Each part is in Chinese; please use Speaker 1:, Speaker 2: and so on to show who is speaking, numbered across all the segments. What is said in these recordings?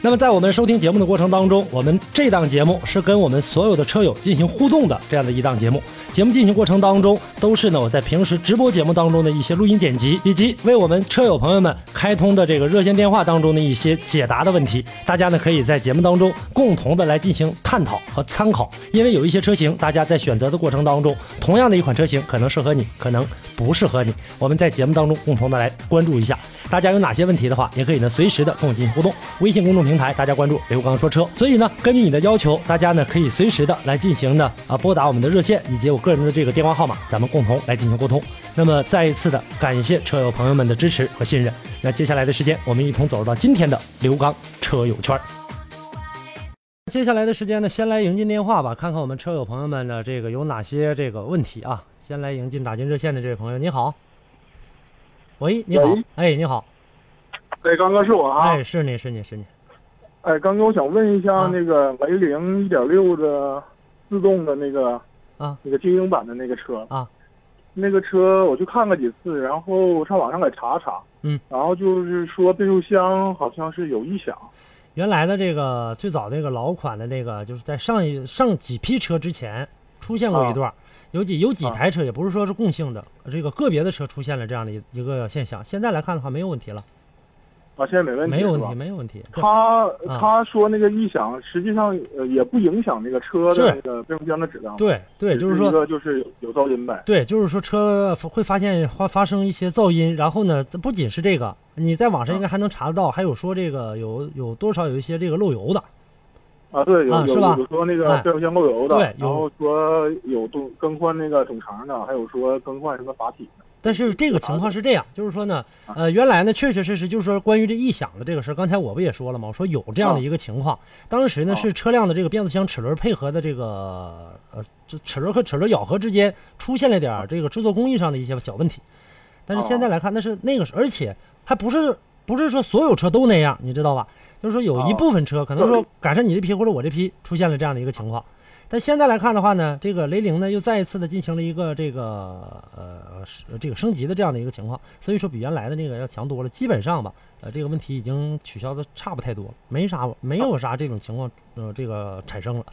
Speaker 1: 那么在我们收听节目的过程当中，我们这档节目是跟我们所有的车友进行互动的这样的一档节目。节目进行过程当中，都是呢我在平时直播节目当中的一些录音剪辑，以及为我们车友朋友们开通的这个热线电话当中的一些解答的问题。大家呢可以在节目当中共同的来进行探讨和参考，因为有一些车型，大家在选择的过程当中，同样的一款车型可能适合你，可能不适合你。我们在节目当中共同的来关注一下。大家有哪些问题的话，也可以呢随时的跟我进行互动。微信公众平台大家关注“刘刚说车”，所以呢，根据你的要求，大家呢可以随时的来进行呢啊拨打我们的热线以及我个人的这个电话号码，咱们共同来进行沟通。那么再一次的感谢车友朋友们的支持和信任。那接下来的时间，我们一同走入到今天的刘刚车友圈。接下来的时间呢，先来迎进电话吧，看看我们车友朋友们的这个有哪些这个问题啊。先来迎进打进热线的这位朋友，你好。喂，你好
Speaker 2: 喂，
Speaker 1: 哎，你好，
Speaker 2: 哎，刚刚是我啊！
Speaker 1: 哎，是你是你是你，
Speaker 2: 哎，刚刚我想问一下
Speaker 1: 啊
Speaker 2: 那个雷凌一点六的自动的那个
Speaker 1: 啊
Speaker 2: 那个精英版的那个车
Speaker 1: 啊，
Speaker 2: 那个车我去看过几次，然后上网上给查查，
Speaker 1: 嗯，
Speaker 2: 然后就是说变速箱好像是有异响，
Speaker 1: 原来的这个最早那个老款的那个，就是在上一上几批车之前出现过一
Speaker 2: 啊
Speaker 1: 段，有几有几台车，也不是说是共性的，这个个别的车出现了这样的一一个现象。现在来看的话，没有问题了，
Speaker 2: 啊，现在没问题，
Speaker 1: 没有问
Speaker 2: 是吧
Speaker 1: 题，没有问题。对
Speaker 2: 他
Speaker 1: 啊
Speaker 2: 他说那个异响，实际上呃也不影响那个车的
Speaker 1: 是
Speaker 2: 那个变速箱的质量，，
Speaker 1: 对对，就是说
Speaker 2: 一个就是有噪音呗，
Speaker 1: 对，就是说车会发现发发生一些噪音，然后呢，不仅是这个，你在网上应该还能查得到，还有说这个有有多少有一些这个漏油的，
Speaker 2: 啊，对，有、
Speaker 1: 啊
Speaker 2: 有
Speaker 1: 是吧
Speaker 2: 有说那个
Speaker 1: 哎
Speaker 2: 变速箱漏油的，
Speaker 1: 对有
Speaker 2: 然后说有动更换那个总成的，还有说更换什么阀体的。
Speaker 1: 但是这个情况是这样，就是说呢，
Speaker 2: 啊
Speaker 1: 呃，原来呢，确确实实就是说关于这异响的这个事儿，刚才我不也说了吗？我说有这样的一个情况，当时呢
Speaker 2: 啊
Speaker 1: 是车辆的这个变速箱齿轮配合的这个呃，这齿轮和齿轮咬合之间出现了点儿这个制作工艺上的一些小问题，但是
Speaker 2: 哦
Speaker 1: 现在来看，那是那个是，而且还不是不是说所有车都那样，你知道吧？就是说有一
Speaker 2: 哦
Speaker 1: 部分车可能说赶上你这批或者我这批出现了这样的一个情况。但现在来看的话呢，这个雷凌呢又再一次的进行了一个这个呃是这个升级的这样的一个情况，所以说比原来的那个要强多了，基本上吧，呃这个问题已经取消的差不太多了，没啥没有啥这种情况呃这个产生了。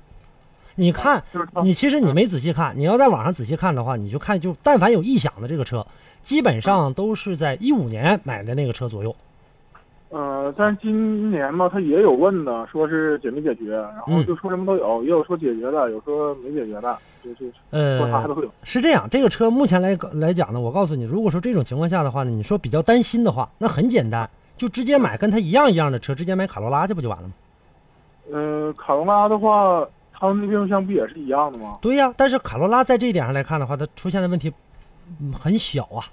Speaker 1: 你看，
Speaker 2: 就是它
Speaker 1: 你其实你没仔细看，你要在网上仔细看的话，你就看就但凡有异响的这个车，基本上都是在一五年买的那个车左右。
Speaker 2: 呃，但是今年吧，他也有问的，说是解没解决，然后
Speaker 1: 嗯
Speaker 2: 就说什么都有，也有说解决的，有说没解决的，就就说啥
Speaker 1: 呃，
Speaker 2: 都有。
Speaker 1: 是这样，这个车目前来来讲呢，我告诉你，如果说这种情况下的话呢，你说比较担心的话，那很简单，就直接买跟它一样一样的车，直接买卡罗拉去不就完了吗？
Speaker 2: 呃，卡罗拉的话，他们那变速箱不也是一样的吗？
Speaker 1: 对呀、但是卡罗拉在这一点上来看的话，它出现的问题、嗯很小啊，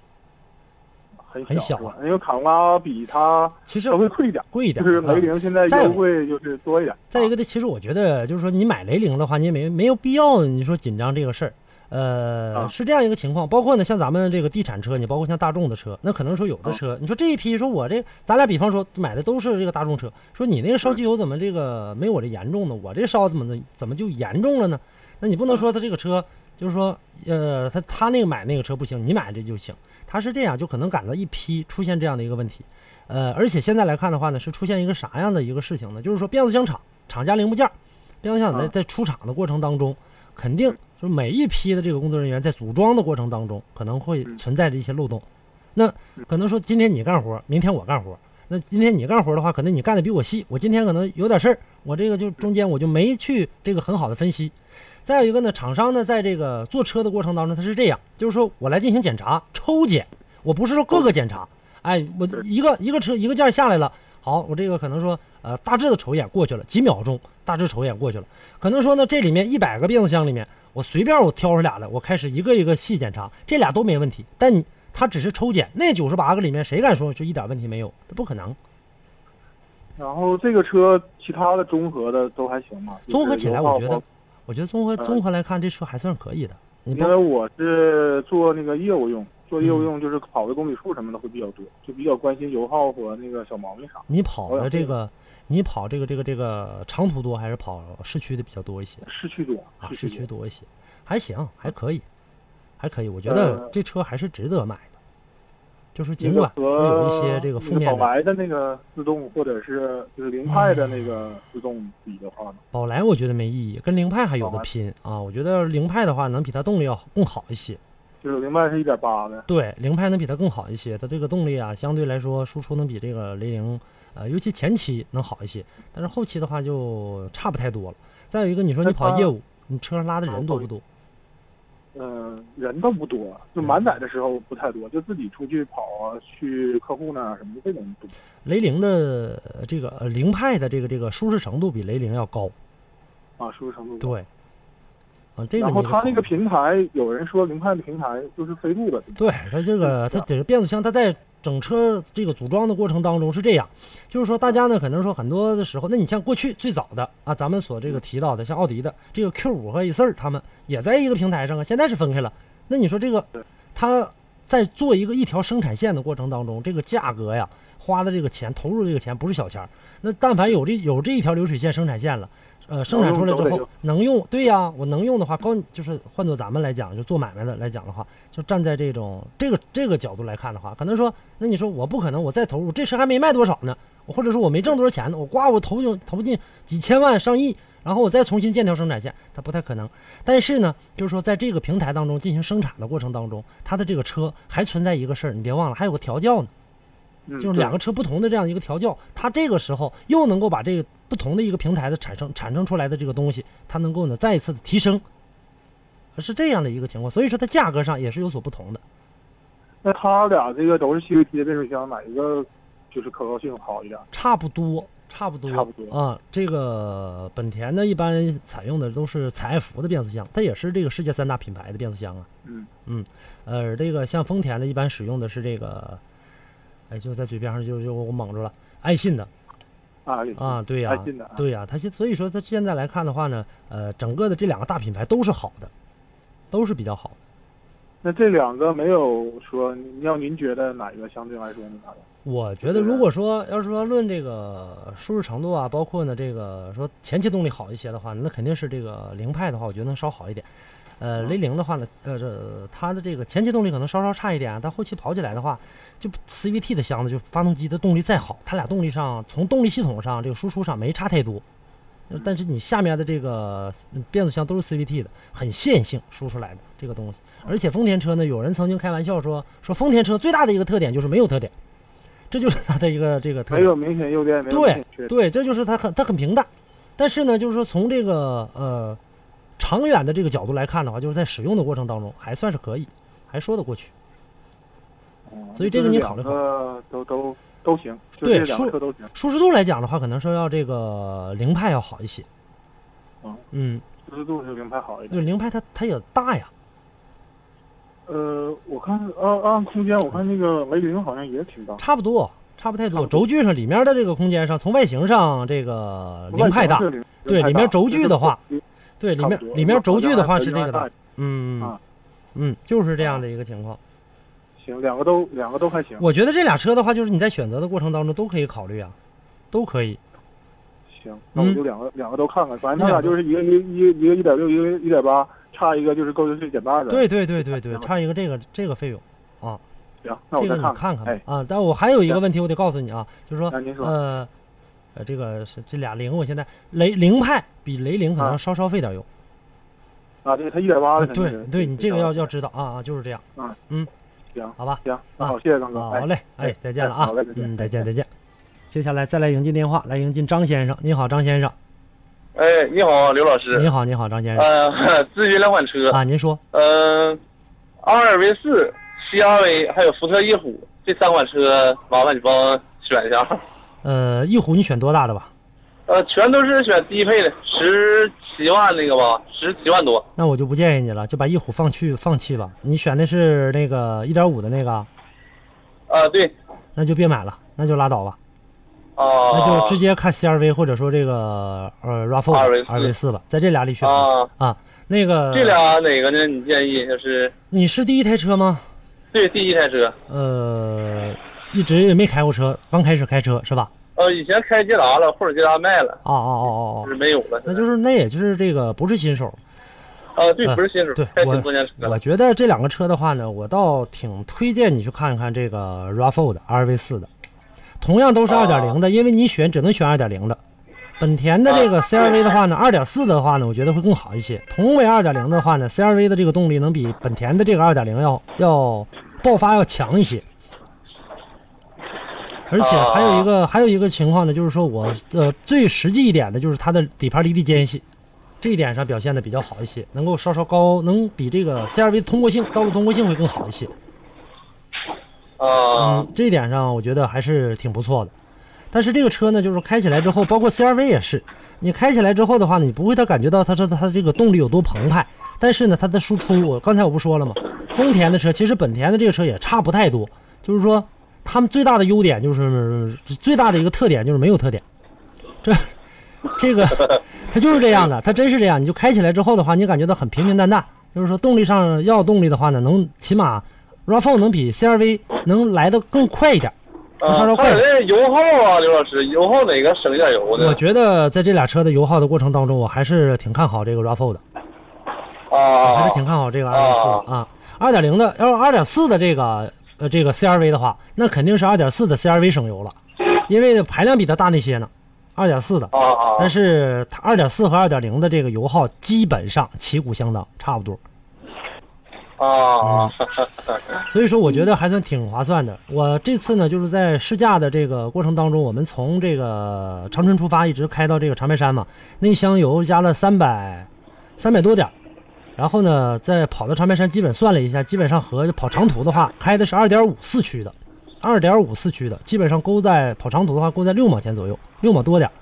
Speaker 2: 很
Speaker 1: 很小
Speaker 2: 是吧
Speaker 1: 啊
Speaker 2: 因为卡罗拉比它
Speaker 1: 其实
Speaker 2: 稍微贵一点，
Speaker 1: 贵一
Speaker 2: 呃就
Speaker 1: 点，
Speaker 2: 是雷
Speaker 1: 啊
Speaker 2: 凌现在
Speaker 1: 再有
Speaker 2: 优惠就是多一点。
Speaker 1: 再一个呢，其实我觉得就是说，你买雷凌的话，你也没没有必要你说紧张这个事儿。呃，
Speaker 2: 啊
Speaker 1: 是这样一个情况，包括呢，像咱们这个地产车，你包括像大众的车，那可能说有的车，你说这一批，说我这，咱俩比方说买的都是这个大众车，说你那个烧机油怎么这个没我这严重呢？我这烧怎么的怎么就严重了呢？那你不能说他这个车，就是说，呃，他他那个买那个车不行，你买这就行，他是这样，就可能赶到一批出现这样的一个问题。呃，而且现在来看的话呢，是出现一个啥样的一个事情呢？就是说变速箱厂厂家零部件儿，变速箱厂在
Speaker 2: 啊
Speaker 1: 在出厂的过程当中，肯定就是每一批的这个工作人员在组装的过程当中，可能会
Speaker 2: 嗯
Speaker 1: 存在着一些漏洞。那可能说今天你干活，明天我干活。那今天你干活的话，可能你干的比我细，我今天可能有点事儿，我这个就中间我就没去这个很好的分析。再有一个呢，厂商呢在这个做车的过程当中，他是这样，就是说我来进行检查抽检，我不是说各个检查，哎，我
Speaker 2: 对
Speaker 1: 一个一个车一个件儿下来了，好，我这个可能说呃大致的瞅一眼过去了，几秒钟大致瞅一眼过去了，可能说呢这里面一百个变速箱里面，我随便我挑出俩来，我开始一个一个细检查，这俩都没问题，但你他只是抽检，那九十八个里面谁敢说就一点问题没有？这不可能。
Speaker 2: 然后这个车其他的综合的都还行吧，就是
Speaker 1: 综合起来，
Speaker 2: 油耗
Speaker 1: 我觉得
Speaker 2: 包，
Speaker 1: 我觉得综合
Speaker 2: 呃
Speaker 1: 综合来看，这车还算可以的。你
Speaker 2: 因
Speaker 1: 包
Speaker 2: 为我是做那个业务用，做业务用就是跑的公里数什么的会比较多，就比较关心油耗和那个小毛病啥。
Speaker 1: 你跑
Speaker 2: 我
Speaker 1: 的
Speaker 2: 想
Speaker 1: 这
Speaker 2: 这个
Speaker 1: 个，你跑这个这个这个长途多还是跑市区的比较多一些
Speaker 2: 市区多
Speaker 1: 啊？，市
Speaker 2: 市
Speaker 1: 区
Speaker 2: 多。
Speaker 1: 多一些，还行，还可以，还可以。我觉得
Speaker 2: 呃
Speaker 1: 这车还是值得买的，就是
Speaker 2: 那
Speaker 1: 尽
Speaker 2: 个
Speaker 1: 管
Speaker 2: 和
Speaker 1: 说有一些这个负面
Speaker 2: 宝
Speaker 1: 的，
Speaker 2: 来的那个自动，或者是就是凌派的那个自动比的话呢，
Speaker 1: 宝来我觉得没意义，跟凌派还有
Speaker 2: 宝
Speaker 1: 的
Speaker 2: 来
Speaker 1: 拼啊。我觉得凌派的话能比它动力要更好一些，
Speaker 2: 就是凌派是一点八的，
Speaker 1: 对，凌派能比它更好一些，它这个动力啊，相对来说输出能比这个雷凌，呃，尤其前期能好一些，但是后期的话就差不太多了。再有一个，你说你
Speaker 2: 那
Speaker 1: 跑
Speaker 2: 它
Speaker 1: 业务，你车上拉的
Speaker 2: 啊
Speaker 1: 人多不多？
Speaker 2: 嗯、人倒不多，就满载的时候不太多，就自己出去跑啊，去客户那儿啊什么的这种不多。
Speaker 1: 雷凌的呃这个呃凌派的这个这个舒适程度比雷凌要高，
Speaker 2: 啊，舒适程度高。
Speaker 1: 对，啊，这个
Speaker 2: 然后
Speaker 1: 你就
Speaker 2: 它
Speaker 1: 考
Speaker 2: 那
Speaker 1: 虑
Speaker 2: 个平台，有人说凌派的平台就是飞度的，
Speaker 1: 对它这
Speaker 2: 啊
Speaker 1: 个它这个变速箱，它在整车这个组装的过程当中是这样，就是说大家呢可能说很多的时候，那你像过去最早的啊，咱们所这个提到的，像奥迪的这个 Q 五和 A 四儿，他们也在一个平台上啊，现在是分开了。那你说这个
Speaker 2: 对
Speaker 1: 它在做一个一条生产线的过程当中，这个价格呀，花的这个钱，投入这个钱不是小钱儿。那但凡有这有这一条流水线生产线了。呃，生产出来之
Speaker 2: 能用都得
Speaker 1: 后
Speaker 2: 用
Speaker 1: 能用，对呀、我能用的话，高就是换做咱们来讲，就做买卖的来讲的话，就站在这种这个这个角度来看的话，可能说，那你说我不可能，我再投入，这车还没卖多少呢，我或者说我没挣多少钱呢，我呱我投进投进几千万上亿，然后我再重新建条生产线，它不太可能。但是呢，就是说在这个平台当中进行生产的过程当中，它的这个车还存在一个事儿，你别忘了还有个调教呢，
Speaker 2: 嗯，
Speaker 1: 就是两个车不同的这样一个调教，它这个时候又能够把这个不同的一个平台的产生产生出来的这个东西，它能够呢再一次的提升。是这样的一个情况，所以说它价格上也是有所不同的。
Speaker 2: 那它俩这个都是 CVT 的变速箱，哪一个就是可靠性好一点？
Speaker 1: 差不多，差不多，
Speaker 2: 差不多
Speaker 1: 啊。这个本田呢，一般采用的都是采爱孚的变速箱，它也是这个世界三大品牌的变速箱啊。
Speaker 2: 嗯
Speaker 1: 呃，这个像丰田的，一般使用的是这个，哎，就在嘴边上就就我蒙住了，爱信的
Speaker 2: 啊
Speaker 1: 啊，对呀、
Speaker 2: 爱信的啊
Speaker 1: 对呀、它现所以说它现在来看的话呢，呃，整个的这两个大品牌都是好的，都是比较好的。
Speaker 2: 那这两个没有说，您要您觉得哪一个相对来说那啥的？
Speaker 1: 我觉得，如果说要是说论这个舒适程度啊，包括呢这个说前期动力好一些的话，那肯定是这个凌派的话，我觉得能稍好一点。呃，雷凌的话呢，呃，这它的这个前期动力可能稍稍差一点啊，但后期跑起来的话，就 CVT 的箱子，就发动机的动力再好，它俩动力上从动力系统上这个输出上没差太多，但是你下面的这个嗯变速箱都是 CVT 的，很线性输出来的这个东西。而且丰田车呢，有人曾经开玩笑说，说丰田车最大的一个特点就是没有特点，这就是它的一个这个特
Speaker 2: 没
Speaker 1: 点。
Speaker 2: 有明显优点，没有明
Speaker 1: 对
Speaker 2: 显缺点。
Speaker 1: 对，这就是它很它很平淡。但是呢，就是说从这个呃长远的这个角度来看的话，就是在使用的过程当中还算是可以，还说得过去。
Speaker 2: 嗯
Speaker 1: 所以这个你考虑
Speaker 2: 就
Speaker 1: 好
Speaker 2: 是两个都都都行，就
Speaker 1: 对
Speaker 2: 这两
Speaker 1: 说
Speaker 2: 个车都行。
Speaker 1: 舒适度来讲的话，可能说要这个凌派要好一些
Speaker 2: 嗯。
Speaker 1: 嗯，
Speaker 2: 舒适度是凌派好一
Speaker 1: 对，
Speaker 2: 点。
Speaker 1: 凌派它它也大呀，
Speaker 2: 呃，我看按按空间，我看那个雷凌好像也挺大，
Speaker 1: 差不多，差不太多。轴距上里面的这个空间上，从外形上这个凌派大
Speaker 2: 外形，是凌
Speaker 1: 对
Speaker 2: 凌派
Speaker 1: 里面轴距的话
Speaker 2: 就是
Speaker 1: 对，里
Speaker 2: 差不
Speaker 1: 面
Speaker 2: 多
Speaker 1: 里面轴距的话是这个
Speaker 2: 好像还
Speaker 1: 的，嗯
Speaker 2: 啊
Speaker 1: 嗯，就是这样的一个情况。
Speaker 2: 行，两个都两个都还行。
Speaker 1: 我觉得这俩车的话，就是你在选择的过程当中都可以考虑啊，都可以。
Speaker 2: 行，那我
Speaker 1: 嗯
Speaker 2: 就两个两个都看看，反正
Speaker 1: 你
Speaker 2: 它
Speaker 1: 两
Speaker 2: 俩
Speaker 1: 个
Speaker 2: 就是一个一一一个一点六，一个一点八，差一个就是购置税减半的。
Speaker 1: 对对对对对，
Speaker 2: 行
Speaker 1: 差一个这个这个费用，
Speaker 2: 行，那
Speaker 1: 这个
Speaker 2: 我再
Speaker 1: 你
Speaker 2: 看
Speaker 1: 看看吧
Speaker 2: 哎，
Speaker 1: 啊。但我还有一个
Speaker 2: 行
Speaker 1: 问题，我得告诉你啊，就是说
Speaker 2: 那您说，
Speaker 1: 呃呃，这个是这俩零，我现在雷凌派比雷凌可能
Speaker 2: 啊
Speaker 1: 稍稍费点油。
Speaker 2: 啊，对，它一点八
Speaker 1: 啊
Speaker 2: 的肯定
Speaker 1: 对
Speaker 2: 是。
Speaker 1: 对，你这个要要
Speaker 2: 行，
Speaker 1: 知道啊啊，就是这样。
Speaker 2: 嗯
Speaker 1: 嗯，
Speaker 2: 行
Speaker 1: 好吧，
Speaker 2: 那好，谢谢刚哥。哎
Speaker 1: 啊好嘞，哎，再见了
Speaker 2: 哎
Speaker 1: 啊
Speaker 2: 好嘞再，见
Speaker 1: 嗯，再见再见。接下来再来迎进电话，来迎进张先生。你好，张先生。
Speaker 3: 哎，你好，刘老师。
Speaker 1: 你好，你好，张先生。
Speaker 3: 呃， 咨询两款车，
Speaker 1: 啊，您说
Speaker 3: 嗯、呃，阿尔维四、西阿维还有福特翼虎这三款车，麻烦你帮我选一下。啊
Speaker 1: 呃，翼虎你选多大的吧？
Speaker 3: 呃，全都是选低配的，十七万那个吧，十七万多。
Speaker 1: 那我就不建议你了，就把翼虎放去放弃吧。你选的是那个一点五的那个，
Speaker 3: 啊、对，
Speaker 1: 那就别买了，那就拉倒吧。
Speaker 3: 啊，
Speaker 1: 那就直接看 CRV 或者说这个呃 RAV4
Speaker 3: RAV4
Speaker 1: RV 四了，在这俩里选吧
Speaker 3: 啊，
Speaker 1: 啊。那个
Speaker 3: 这俩哪个呢？你建议就是
Speaker 1: 你是第一台车吗？
Speaker 3: 对第一台车，
Speaker 1: 呃，一直也没开过车，刚开始开车是吧？
Speaker 3: 呃，以前开捷达了，或者捷达卖了，
Speaker 1: 啊啊啊啊
Speaker 3: 就
Speaker 1: 啊！
Speaker 3: 是没有了。
Speaker 1: 那就是那也就是这个不是新手，呃
Speaker 3: 啊，对，不是新手
Speaker 1: 对，
Speaker 3: 开挺多年车
Speaker 1: 我我
Speaker 3: 了。
Speaker 1: 觉得这两个车的话呢，我倒挺推荐你去看一看这个 RAV4 的 RV4 的，同样都是
Speaker 3: 啊
Speaker 1: 2.0的，因为你选只能选2.0的。本田的这个
Speaker 3: 啊
Speaker 1: CRV 的话呢，2.4的话呢，我觉得会更好一些。同为2.0的话呢，CRV 的这个动力能比本田的这个2.0要要爆发要强一些。而且还有一个、还有一个情况呢，就是说我呃最实际一点的就是它的底盘离地间隙，这一点上表现的比较好一些，能够稍稍高，能比这个 CRV 通过性、道路通过性会更好一些。
Speaker 3: 啊
Speaker 1: 嗯，，这一点上我觉得还是挺不错的。但是这个车呢，就是开起来之后，包括 CRV 也是，你开起来之后的话呢，你不会太感觉到它说它这个动力有多澎湃，但是呢，它的输出，我刚才我不说了吗？丰田的车其实本田的这个车也差不太多，就是说他们最大的优点就是最大的一个特点就是没有特点，这这个它就是这样的，它真是这样。你就开起来之后的话，你感觉到很平平淡淡，就是说动力上要动力的话呢，能起码 RAV4 能比 CRV 能来的更快一点。
Speaker 3: 啊
Speaker 1: 稍稍快
Speaker 3: 它有那油耗啊，刘老师，油耗哪个省一点油呢？
Speaker 1: 我觉得在这俩车的油耗的过程当中，我还是挺看好这个 RAV4 的，还
Speaker 3: 啊
Speaker 1: 是，挺看好这个 RAV4 的啊。二点零的，要是二点四的这个呃这个 CRV 的话，那肯定是二点四的 CRV 省油了，因为排量比它大那些呢。二点四的，
Speaker 3: 啊啊，
Speaker 1: 但是它二点四和二点零的这个油耗基本上旗鼓相当，差不多。
Speaker 3: 啊，
Speaker 1: 嗯所以说，我觉得还算挺划算的。我这次呢，就是在试驾的这个过程当中，我们从这个长春出发，一直开到这个长白山嘛，那一箱油加了三百三百多点儿然后呢，再跑到长白山，基本算了一下，基本上和跑长途的话，开的是二点五四驱的，二点五四驱的，基本上勾在跑长途的话，勾在六毛钱左右，六毛多点儿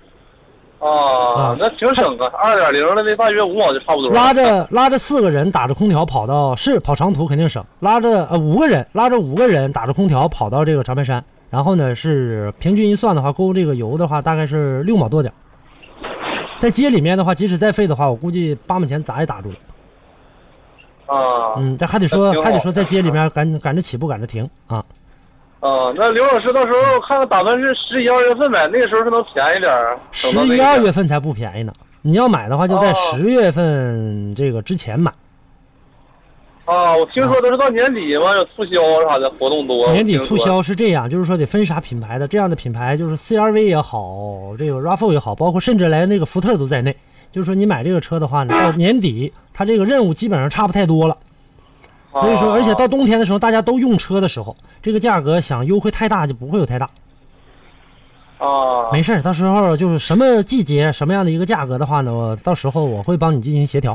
Speaker 3: 啊，那挺省啊，二点零的那大约五毛就差不多了。
Speaker 1: 拉着拉着四个人打着空调跑到是跑长途肯定省，拉着呃五个人拉着五个人打着空调跑到这个长白山，然后呢是平均一算的话，勾这个油的话大概是六毛多点儿，在街里面的话，即使再费的话，我估计八毛钱咋也打住了。
Speaker 3: 啊，
Speaker 1: 嗯，但还得说
Speaker 3: 那挺好
Speaker 1: 还得说在街里面赶赶着起步赶着停啊，
Speaker 3: 啊，那刘老师到时候看看，打算是十一二月份买，那个时候是能便宜点儿。
Speaker 1: 十
Speaker 3: 省到那
Speaker 1: 一
Speaker 3: 个
Speaker 1: 二月份才不便宜呢。你要买的话，就在
Speaker 3: 啊哦
Speaker 1: 十月份这个之前买，
Speaker 3: 啊，我听说都是到年底嘛，有促销啥的活动多。
Speaker 1: 嗯年底
Speaker 3: 我听
Speaker 1: 促
Speaker 3: 说
Speaker 1: 销是这样，就是说得分啥品牌的，这样的品牌就是 CRV 也好，这个 RAV4 也好，包括甚至连那个福特都在内。就是说你买这个车的话呢，到年底它这个任务基本上差不太多了。
Speaker 3: 啊
Speaker 1: 所以说，而且到冬天的时候，大家都用车的时候，这个价格想优惠太大就不会有太大。
Speaker 3: 啊，
Speaker 1: 没事儿，到时候就是什么季节什么样的一个价格的话呢，我到时候我会帮你进行协调。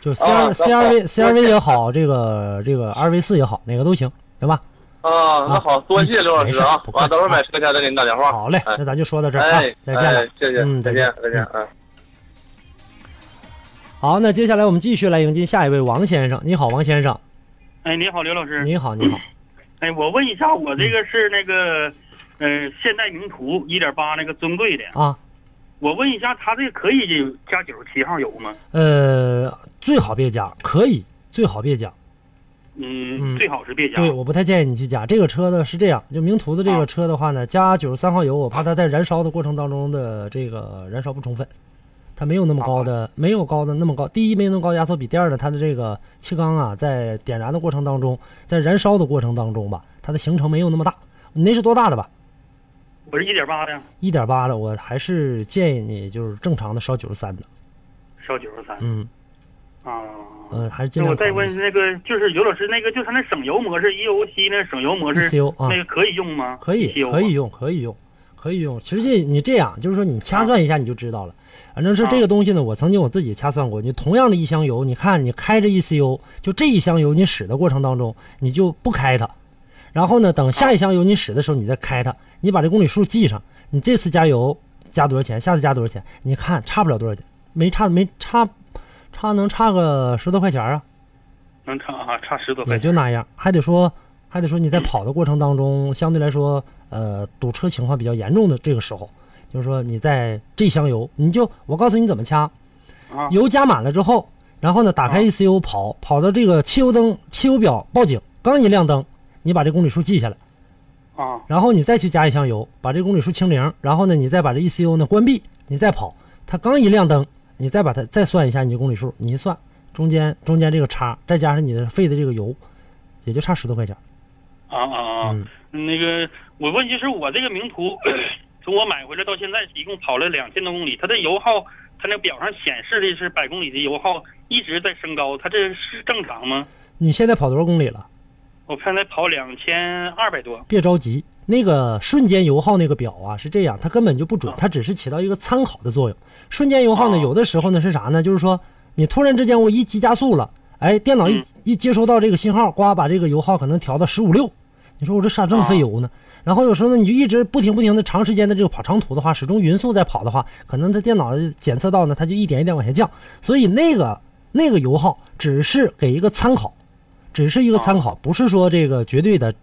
Speaker 1: 就是 C R
Speaker 3: 啊
Speaker 1: C R V
Speaker 3: 那好
Speaker 1: C R V 也好，这个这个 R V 四也好，哪个都行，行吧？
Speaker 3: 啊，那好多谢刘老
Speaker 1: 没
Speaker 3: 师
Speaker 1: 事
Speaker 3: 啊
Speaker 1: 不，客气
Speaker 3: 完到时候买车前再给您打电话。
Speaker 1: 好嘞，
Speaker 3: 哎
Speaker 1: 那咱就说到这儿啊
Speaker 3: 哎，，
Speaker 1: 再见了
Speaker 3: 哎。谢谢，
Speaker 1: 嗯
Speaker 3: 再
Speaker 1: 再
Speaker 3: 见
Speaker 1: 见，
Speaker 3: 再见，嗯。
Speaker 1: 好，那接下来我们继续来迎接下一位王先生。你好，王先生。
Speaker 4: 哎，你好，刘老师。
Speaker 1: 你嗯好，你好。
Speaker 4: 哎，我问一下，我这个是那个，呃，现代名图一点八那个尊贵的，
Speaker 1: 啊，
Speaker 4: 我问一下，它这个可以加九十七号油吗？
Speaker 1: 呃，最好别加，可以，最好别加。
Speaker 4: 嗯，
Speaker 1: 嗯
Speaker 4: 最好是别加。
Speaker 1: 对，我不太建议你去加这个车呢，是这样，就名图的这个
Speaker 4: 啊
Speaker 1: 车的话呢，加九十三号油，我怕它在燃烧的过程当中的这个燃烧不充分，它没有那么高的，没有高的那么高。第一，没有那么高压缩比；第二呢，它的这个气缸啊，在点燃的过程当中，在燃烧的过程当中吧，它的行程没有那么大。你那是多大的吧？
Speaker 4: 我是一点八的，
Speaker 1: 一点八的，我还是建议你就是正常的烧九十三的。
Speaker 4: 烧九十三。
Speaker 1: 嗯。
Speaker 4: 啊。
Speaker 1: 嗯，还是尽
Speaker 4: 那
Speaker 1: 量
Speaker 4: 我
Speaker 1: 考虑
Speaker 4: 再问那个，就是刘老师，那个就是那省油模式 EOC 那省油模式，
Speaker 1: ECU 啊
Speaker 4: 那个可以用吗？
Speaker 1: 可以
Speaker 4: ECU 啊
Speaker 1: 可以。用，可以用，可以用。其实这你这样，就是说你掐算一下你就知道了。反正是
Speaker 4: 啊
Speaker 1: 这个东西呢，我曾经我自己掐算过，你同样的一箱油，你看你开着 ECU，就这一箱油你使的过程当中，你就不开它，然后呢，等下一箱油你使的时候你再开它，你把这公里数记上，你这次加油加多少钱，下次加多少钱，你看差不了多少钱，没差没差，差能差个十多块钱啊。
Speaker 4: 能差啊，差十多块
Speaker 1: 也就
Speaker 4: 钱。
Speaker 1: 那样，还得说还得说你在跑的过程当中，相对来说，呃，堵车情况比较严重的这个时候，就是说你在这箱油，你就我告诉你怎么掐，
Speaker 4: 啊
Speaker 1: 油加满了之后，然后呢，打开 ECU 跑，跑到这个汽油灯、汽油表报警，刚一亮灯，你把这公里数记下来，
Speaker 4: 啊
Speaker 1: 然后你再去加一箱油，把这公里数清零，然后呢，你再把这 ECU 呢关闭，你再跑，它刚一亮灯，你再把它再算一下你的公里数，你一算，中间中间这个差，再加上你的费的这个油，也就差十多块钱。
Speaker 4: 啊啊啊！
Speaker 1: 嗯，
Speaker 4: 那个，我问题是我这个名图， 从我买回来到现在一共跑了两千多公里，它的油耗，它那表上显示的是百公里的油耗一直在升高，它这是正常吗？
Speaker 1: 你现在跑多少公里了？
Speaker 4: 我看才跑两千二百多
Speaker 1: 别着急，那个瞬间油耗那个表啊是这样，它根本就不准，它只是起到一个参考的作用。瞬间油耗呢，
Speaker 4: 哦
Speaker 1: 有的时候呢是啥呢？就是说你突然之间我一急加速了，哎，电脑一
Speaker 4: 嗯
Speaker 1: 一接收到这个信号，呱把这个油耗可能调到十五六，你说我这啥这么费油呢？然后有时候呢，你就一直不停不停的长时间的这个跑长途的话，始终匀速在跑的话，可能它电脑检测到呢，它就一点一点往下降。所以那个那个油耗只是给一个参考，只是一个参考，不是说这个绝对的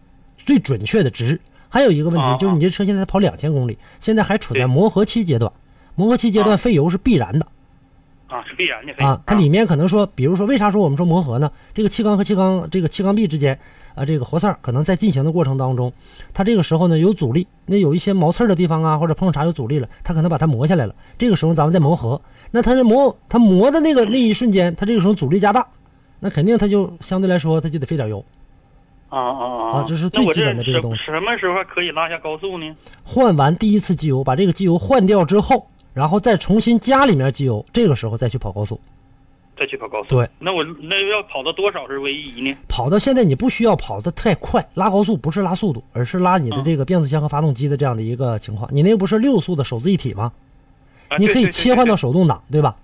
Speaker 1: 最准确的值。还有一个问
Speaker 4: 啊
Speaker 1: 题就是，你这车现在才跑两千公里，现在还处在
Speaker 4: 对
Speaker 1: 磨合期阶段，磨合期阶
Speaker 4: 啊
Speaker 1: 段费油是必然的。
Speaker 4: 啊，是必然的。非
Speaker 1: 啊，它里面可能说，比如说，为啥说我们说磨合呢？这个气缸和气缸，这个气缸壁之间，啊，这个活塞儿可能在进行的过程当中，它这个时候呢有阻力，那有一些毛刺儿的地方啊，或者碰啥有阻力了，它可能把它磨下来了。这个时候咱们再磨合，那它是磨它磨的那个那一瞬间，它这个时候阻力加大，那肯定它就相对来说它就得费点油。
Speaker 4: 啊啊啊！
Speaker 1: 啊这是最基本的这个东西
Speaker 4: 那我什什么时候可以拉下高速呢？
Speaker 1: 换完第一次机油，把这个机油换掉之后，然后再重新加里面机油，这个时候再去跑高速。
Speaker 4: 再去跑高速？
Speaker 1: 对。
Speaker 4: 那我那要跑到多少是唯一呢？
Speaker 1: 跑到现在你不需要跑得太快，拉高速不是拉速度，而是拉你的这个变速箱和发动机的这样的一个情况。你那个不是六速的手自一体吗？
Speaker 4: 啊
Speaker 1: 你
Speaker 4: 对
Speaker 1: 可以
Speaker 4: 对对
Speaker 1: 切换到手动挡，对吧？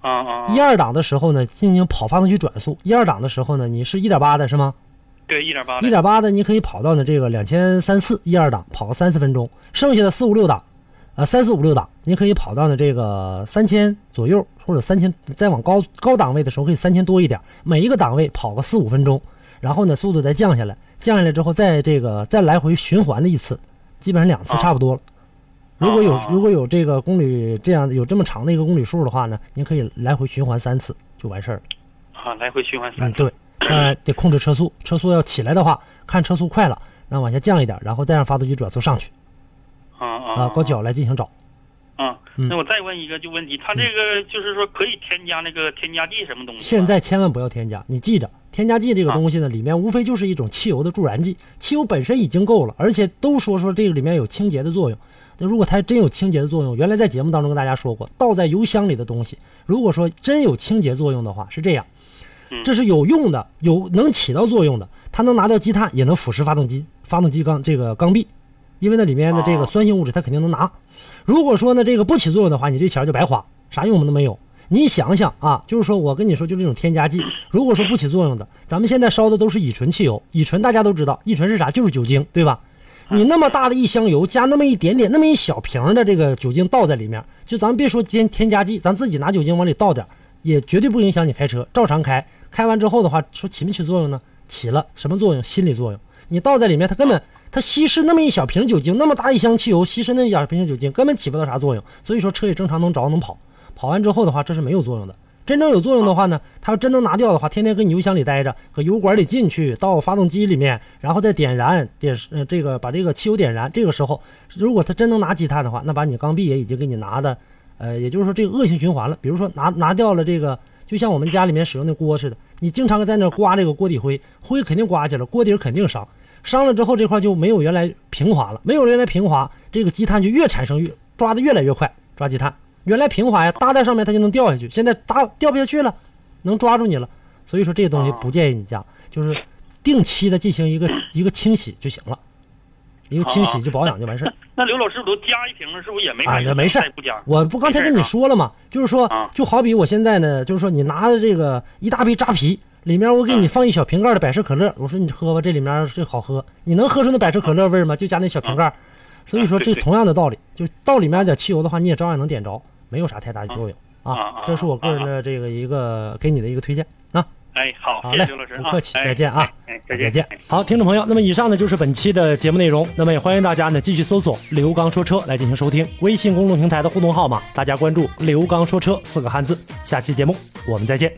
Speaker 4: 啊啊！
Speaker 1: 一
Speaker 4: 啊
Speaker 1: 二档的时候呢，进行跑发动机转速；一二档的时候呢，你是一点八的是吗？
Speaker 4: 对一点八
Speaker 1: 一点八的你可以跑到呢这个两千三四一二档跑个三四分钟，剩下的四五六档，啊三四五六档你可以跑到呢这个三千左右或者三千，再往高高档位的时候可以三千多一点，每一个档位跑个四五分钟，然后呢速度再降下来，降下来之后再这个再来回循环的一次，基本上两次差不多了。如果有
Speaker 4: 啊
Speaker 1: 如果有这个公里这样有这么长的一个公里数的话呢，您可以来回循环三次就完事儿了。
Speaker 4: 啊，来回循环
Speaker 1: 嗯
Speaker 4: 三，次。
Speaker 1: 对，呃，得控制车速，车速要起来的话，看车速快了，那往下降一点，然后再让发动机转速上去
Speaker 4: 啊啊
Speaker 1: 啊，高脚来进行找。
Speaker 4: 啊，
Speaker 1: 嗯
Speaker 4: 那我再问一个就问题，它这个就是说可以添加那个添加剂什么东西吗？
Speaker 1: 现在千万不要添加，你记着，添加剂这个东西呢，里面无非就是一种汽油的助燃剂，汽油本身已经够了，而且都说说这个里面有清洁的作用。那如果它真有清洁的作用，原来在节目当中跟大家说过，倒在油箱里的东西，如果说真有清洁作用的话，是这样，这是有用的，有能起到作用的，它能拿掉积碳，也能腐蚀发动机发动机缸这个缸壁，因为那里面的这个
Speaker 4: 哦
Speaker 1: 酸性物质它肯定能拿。如果说呢这个不起作用的话，你这钱儿就白花，啥用都没有。你想想啊，就是说我跟你说，就这种添加剂，如果说不起作用的，咱们现在烧的都是乙醇汽油，乙醇大家都知道，乙醇是啥？就是酒精，对吧？你那么大的一箱油，加那么一点点，那么一小瓶儿的这个酒精倒在里面，就咱们别说添添加剂，咱自己拿酒精往里倒点儿，也绝对不影响你开车，照常开。开完之后的话，说起没起作用呢？起了，什么作用？心理作用。你倒在里面，它根本它稀释那么一小瓶酒精，那么大一箱汽油，稀释那一小瓶酒精，根本起不到啥作用。所以说车也正常能着能跑，跑完之后的话，这是没有作用的。真正有作用的话呢，它要真能拿掉的话，天天跟你油箱里待着，和油管里进去，到发动机里面，然后再点燃，点呃这个把这个汽油点燃。这个时候，如果它真能拿积碳的话，那把你缸壁也已经给你拿的，呃，也就是说这个恶性循环了。比如说拿拿掉了这个，就像我们家里面使用的锅似的，你经常在那刮这个锅底灰，灰肯定刮去了，锅底儿肯定伤，伤了之后这块就没有原来平滑了，没有原来平滑，这个积碳就越产生越抓的越来越快，抓积碳。原来平滑呀，搭在上面它就能掉下去，现在搭掉不下去了，能抓住你了。所以说这个东西不建议你加，就是定期的进行一个一个清洗就行了，一个清洗就保养就完事儿。
Speaker 4: 那刘老师都加一瓶了，是不是也没
Speaker 1: 啊
Speaker 4: 啥
Speaker 1: 那
Speaker 4: 用？
Speaker 1: 没事儿
Speaker 4: 再不加，
Speaker 1: 我不刚才跟你说了吗？就是说
Speaker 4: 啊，
Speaker 1: 就好比我现在呢，就是说你拿着这个一大杯扎啤，里面我
Speaker 4: 嗯
Speaker 1: 给你放一小瓶盖的百事可乐，我说你喝吧，这里面这好喝，你能喝出那百事可乐味儿吗？就加那小瓶盖儿。所以说，
Speaker 4: 啊
Speaker 1: 这
Speaker 4: 对对
Speaker 1: 同样的道理，就是倒里面点汽油的话，你也照样能点着，没有啥太大的作用
Speaker 4: 啊啊
Speaker 1: 啊。这是我个人的这个一个给你的一个推荐啊。
Speaker 4: 哎，好，
Speaker 5: 好
Speaker 4: 谢谢
Speaker 5: 嘞
Speaker 4: 刘老师
Speaker 5: 不
Speaker 4: 啊，
Speaker 5: 客气
Speaker 4: 哎
Speaker 5: 再见啊
Speaker 4: 哎，哎再
Speaker 5: 再见
Speaker 4: 见。哎
Speaker 1: 好，听众朋友，那么以上呢就是本期的节目内容。那么也欢迎大家呢继续搜索“刘刚说车”来进行收听。微信公众平台的互动号码，大家关注“刘刚说车”四个汉字。下期节目我们再见。